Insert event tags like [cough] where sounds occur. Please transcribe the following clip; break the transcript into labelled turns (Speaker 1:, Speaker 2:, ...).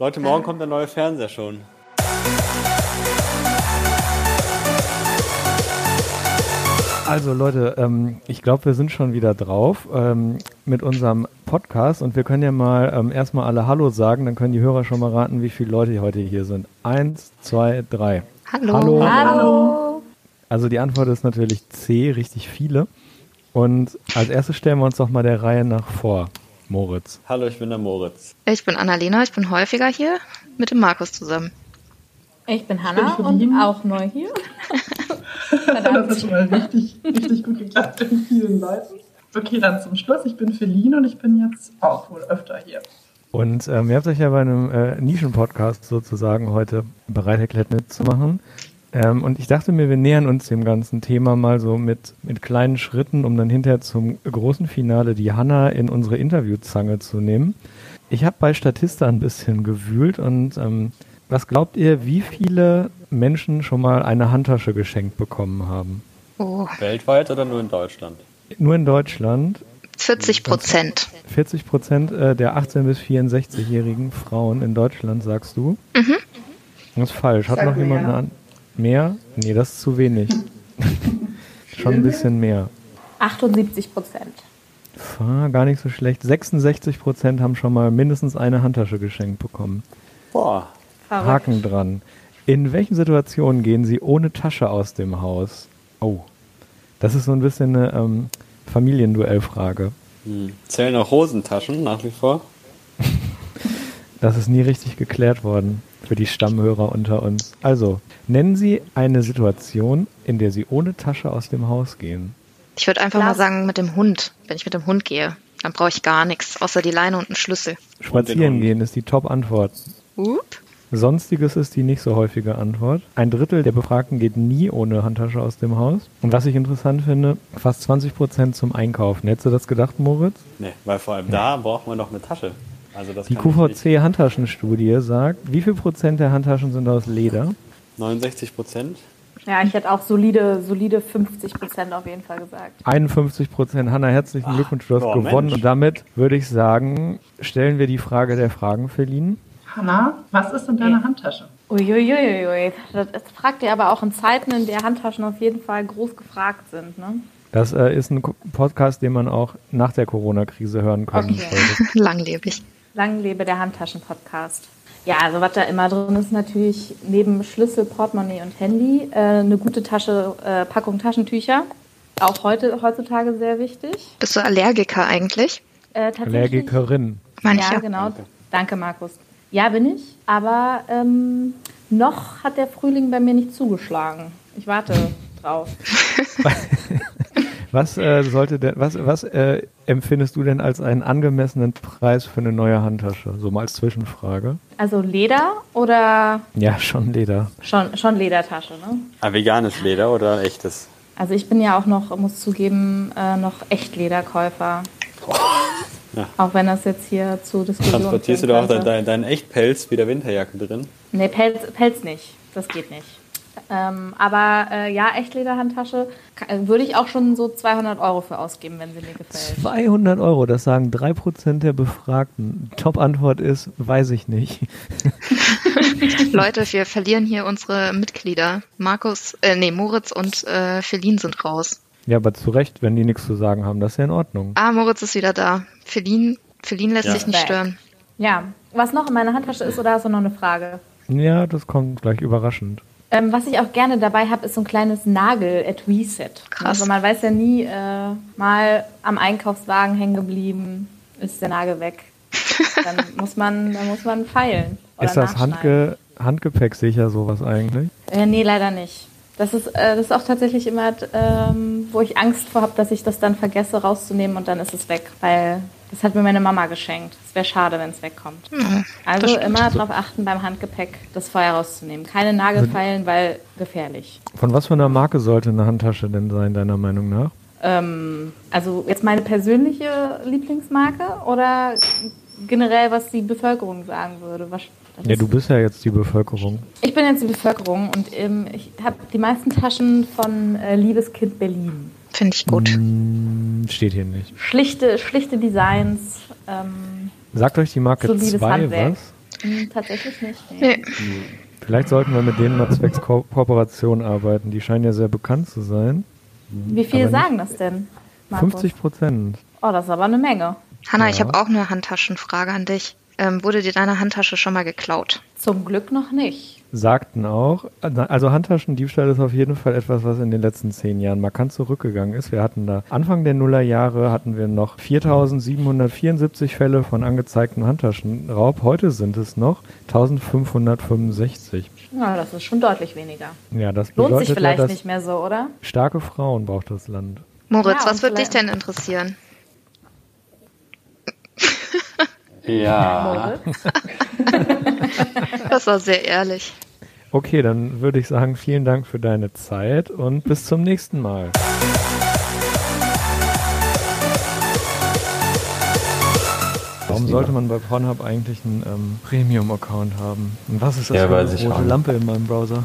Speaker 1: Leute, morgen kommt der neue Fernseher schon.
Speaker 2: Also Leute, ähm, ich glaube, wir sind schon wieder drauf ähm, mit unserem Podcast und wir können ja mal ähm, erstmal alle Hallo sagen, dann können die Hörer schon mal raten, wie viele Leute heute hier sind. Eins, zwei, drei.
Speaker 3: Hallo.
Speaker 2: Hallo.
Speaker 3: Hallo.
Speaker 2: Also die Antwort ist natürlich C, richtig viele. Und als erstes stellen wir uns doch mal der Reihe nach vor. Moritz.
Speaker 1: Hallo, ich bin der Moritz.
Speaker 3: Ich bin Annalena, ich bin häufiger hier mit dem Markus zusammen.
Speaker 4: Ich bin Hanna und auch neu hier.
Speaker 5: das hat schon mal richtig, richtig gut geklappt in vielen Leuten. Okay, dann zum Schluss. Ich bin Feline und ich bin jetzt auch wohl öfter hier.
Speaker 2: Und ähm, ihr habt euch ja bei einem äh, Nischen-Podcast sozusagen heute bereit erklärt mitzumachen. Ähm, und ich dachte mir, wir nähern uns dem ganzen Thema mal so mit, mit kleinen Schritten, um dann hinterher zum großen Finale die Hanna in unsere Interviewzange zu nehmen. Ich habe bei Statista ein bisschen gewühlt und ähm, was glaubt ihr, wie viele Menschen schon mal eine Handtasche geschenkt bekommen haben?
Speaker 3: Oh,
Speaker 1: Weltweit oder nur in Deutschland?
Speaker 2: Nur in Deutschland
Speaker 3: 40 Prozent.
Speaker 2: 40 Prozent äh, der 18- bis 64-jährigen Frauen in Deutschland, sagst du? Mhm. Das ist falsch. Hat
Speaker 5: Sag
Speaker 2: noch jemand
Speaker 5: mehr.
Speaker 2: eine an? Mehr? Nee, das ist zu wenig. Schon ein bisschen mehr.
Speaker 4: 78 Prozent.
Speaker 2: Ah, gar nicht so schlecht. 66 Prozent haben schon mal mindestens eine Handtasche geschenkt bekommen.
Speaker 1: Boah,
Speaker 2: Haken dran. In welchen Situationen gehen Sie ohne Tasche aus dem Haus? Oh, das ist so ein bisschen eine ähm, Familienduellfrage.
Speaker 1: hm. zählen auch Hosentaschen nach wie vor.
Speaker 2: Das ist nie richtig geklärt worden für die Stammhörer unter uns. Also, nennen Sie eine Situation, in der Sie ohne Tasche aus dem Haus gehen.
Speaker 3: Ich würde einfach mal sagen, mit dem Hund. Wenn ich mit dem Hund gehe, dann brauche ich gar nichts, außer die Leine und einen Schlüssel.
Speaker 2: Spazieren
Speaker 1: Hund.
Speaker 2: gehen ist die Top-Antwort.
Speaker 3: Up.
Speaker 2: Sonstiges ist die nicht so häufige Antwort. Ein Drittel der Befragten geht nie ohne Handtasche aus dem Haus. Und was ich interessant finde, fast 20 Prozent zum Einkaufen. Hättest du das gedacht, Moritz?
Speaker 1: Nee, weil vor allem da braucht man doch eine Tasche. Also das
Speaker 2: Die
Speaker 1: kann ich nicht.
Speaker 2: QVC-Handtaschenstudie sagt, wie viel Prozent der Handtaschen sind aus Leder?
Speaker 1: 69 Prozent.
Speaker 4: Ja, ich hätte auch solide, solide 50 Prozent auf jeden Fall gesagt.
Speaker 2: 51 Prozent. Hanna, herzlichen Glückwunsch, du hast
Speaker 1: oh,
Speaker 2: gewonnen.
Speaker 1: Mensch.
Speaker 2: Und damit würde ich sagen, stellen wir die Frage der Fragen, Feline.
Speaker 5: Hanna, was ist in deiner Handtasche?
Speaker 4: Uiuiuiui. Das das fragt ihr aber auch in Zeiten, in der Handtaschen auf jeden Fall groß gefragt sind. Ne?
Speaker 2: Das äh, ist ein Ko- Podcast, den man auch nach der Corona-Krise hören kann.
Speaker 4: Okay.
Speaker 3: [laughs]
Speaker 2: sollte.
Speaker 3: [laughs] Langlebig.
Speaker 4: Lang lebe der Handtaschen-Podcast. Ja, also was da immer drin ist, natürlich neben Schlüssel, Portemonnaie und Handy äh, eine gute Tasche, äh, Packung Taschentücher. Auch heute, heutzutage sehr wichtig.
Speaker 3: Bist du Allergiker eigentlich?
Speaker 4: Äh, tatsächlich-
Speaker 2: Allergikerin.
Speaker 3: Meine ich
Speaker 4: ja,
Speaker 3: ja.
Speaker 4: genau.
Speaker 1: Danke.
Speaker 4: Danke. Markus. Ja, bin ich. Aber ähm, noch hat der Frühling bei mir nicht zugeschlagen. Ich warte drauf.
Speaker 2: Was äh, sollte denn, was, was äh, empfindest du denn als einen angemessenen Preis für eine neue Handtasche? So mal als Zwischenfrage.
Speaker 4: Also Leder oder
Speaker 2: Ja, schon Leder.
Speaker 4: schon, schon Ledertasche, ne?
Speaker 1: Ein Ah, veganes Leder oder ein echtes?
Speaker 4: Also ich bin ja auch noch, muss zugeben, äh, noch Echtlederkäufer.
Speaker 1: Oh. Ja.
Speaker 4: Auch wenn das jetzt hier zu Diskussionen
Speaker 1: Transportierst du
Speaker 4: führen
Speaker 1: da auch deinen
Speaker 4: könnte.
Speaker 1: dein, deinen Echtpelz wie der Winterjacke drin?
Speaker 4: Nee, Pelz, Pelz nicht. Das geht nicht. Ähm, aber äh, ja, Echtlederhandtasche ka- äh, würde ich auch schon so 200 Euro für ausgeben, wenn sie mir gefällt.
Speaker 2: 200 Euro, das sagen 3% der Befragten. Top-Antwort ist, weiß ich nicht.
Speaker 3: Leute, wir verlieren hier unsere Mitglieder. Markus, äh, nee, Moritz und äh, Feline sind raus.
Speaker 2: Ja, aber zu Recht, wenn die nichts zu sagen haben, das ist ja in Ordnung.
Speaker 3: Ah, Moritz ist wieder da. Feline, Feline lässt
Speaker 1: Ja.
Speaker 3: sich nicht
Speaker 4: Back.
Speaker 3: stören.
Speaker 4: Ja, was noch in meiner Handtasche ist, oder hast du noch eine Frage?
Speaker 2: Ja, das kommt gleich überraschend.
Speaker 4: Ähm, was ich auch gerne dabei habe, ist so ein kleines Nagel-Etui-Set.
Speaker 3: Krass.
Speaker 4: Also man weiß ja nie, äh, mal am Einkaufswagen hängen geblieben, ist der Nagel
Speaker 3: [laughs]
Speaker 4: weg. Dann muss man, dann muss man feilen. Oder
Speaker 2: ist das
Speaker 4: nachschneiden.
Speaker 2: Handge Handgepäck sicher sowas eigentlich?
Speaker 4: Äh, nee, leider nicht. Das ist, äh, das ist auch tatsächlich immer, ähm, wo ich Angst vor habe, dass ich das dann vergesse rauszunehmen und dann ist es weg, weil das hat mir meine Mama geschenkt. Es wäre schade, wenn es wegkommt. also immer darauf achten, beim Handgepäck das Feuer rauszunehmen. Keine Nagelfeilen, weil gefährlich.
Speaker 2: Von was für einer Marke sollte eine Handtasche denn sein, deiner Meinung nach?
Speaker 4: Ähm, also jetzt meine persönliche Lieblingsmarke oder generell, was die Bevölkerung sagen würde? Was, das
Speaker 2: Ja,
Speaker 4: ist-
Speaker 2: du bist ja jetzt die Bevölkerung.
Speaker 4: ich bin jetzt die Bevölkerung und ähm, ich habe die meisten Taschen von äh, Liebeskind Berlin.
Speaker 3: Finde ich gut.
Speaker 2: Hm, steht hier nicht.
Speaker 4: Schlichte, schlichte Designs. Ähm,
Speaker 2: Sagt euch die Marke
Speaker 4: Solides
Speaker 2: 2
Speaker 4: Handwerk.
Speaker 2: was?
Speaker 4: Hm, tatsächlich nicht. Nee.
Speaker 3: Nee.
Speaker 2: Vielleicht sollten wir mit denen mal zwecks Ko Kooperation arbeiten. Die scheinen ja sehr bekannt zu sein.
Speaker 4: Wie viele
Speaker 2: Aber nicht-
Speaker 4: sagen das denn? Markus?
Speaker 2: 50 Prozent.
Speaker 4: Oh, das ist aber eine Menge.
Speaker 3: Hanna, ich
Speaker 2: Ja.
Speaker 3: habe auch eine Handtaschenfrage an dich. Ähm, wurde dir deine Handtasche schon mal geklaut?
Speaker 4: Zum Glück noch nicht.
Speaker 2: sagten auch, also Handtaschendiebstahl ist auf jeden Fall etwas, was in den letzten zehn Jahren markant zurückgegangen ist. Wir hatten da Anfang der Nullerjahre hatten wir noch 4.774 Fälle von angezeigten Handtaschenraub. Heute sind es noch 1.565.
Speaker 4: Ja, das ist schon deutlich weniger.
Speaker 2: Ja, das
Speaker 4: Lohnt
Speaker 2: bedeutet
Speaker 4: sich vielleicht
Speaker 2: ja, dass
Speaker 4: nicht mehr so, oder?
Speaker 2: starke Frauen braucht das Land.
Speaker 3: Moritz,
Speaker 4: Ja,
Speaker 3: was
Speaker 4: und
Speaker 3: würde dich
Speaker 4: vielleicht-
Speaker 3: denn interessieren?
Speaker 1: Ja.
Speaker 4: Moritz?
Speaker 3: Das war sehr ehrlich.
Speaker 2: Okay, dann würde ich sagen, vielen Dank für deine Zeit und bis zum nächsten Mal. Warum sollte man bei Pornhub eigentlich einen ähm, Premium-Account haben? Und was ist das
Speaker 1: Ja,
Speaker 2: für
Speaker 1: weiß ich
Speaker 2: eine
Speaker 1: auch
Speaker 2: rote
Speaker 1: nicht.
Speaker 2: Lampe in meinem Browser?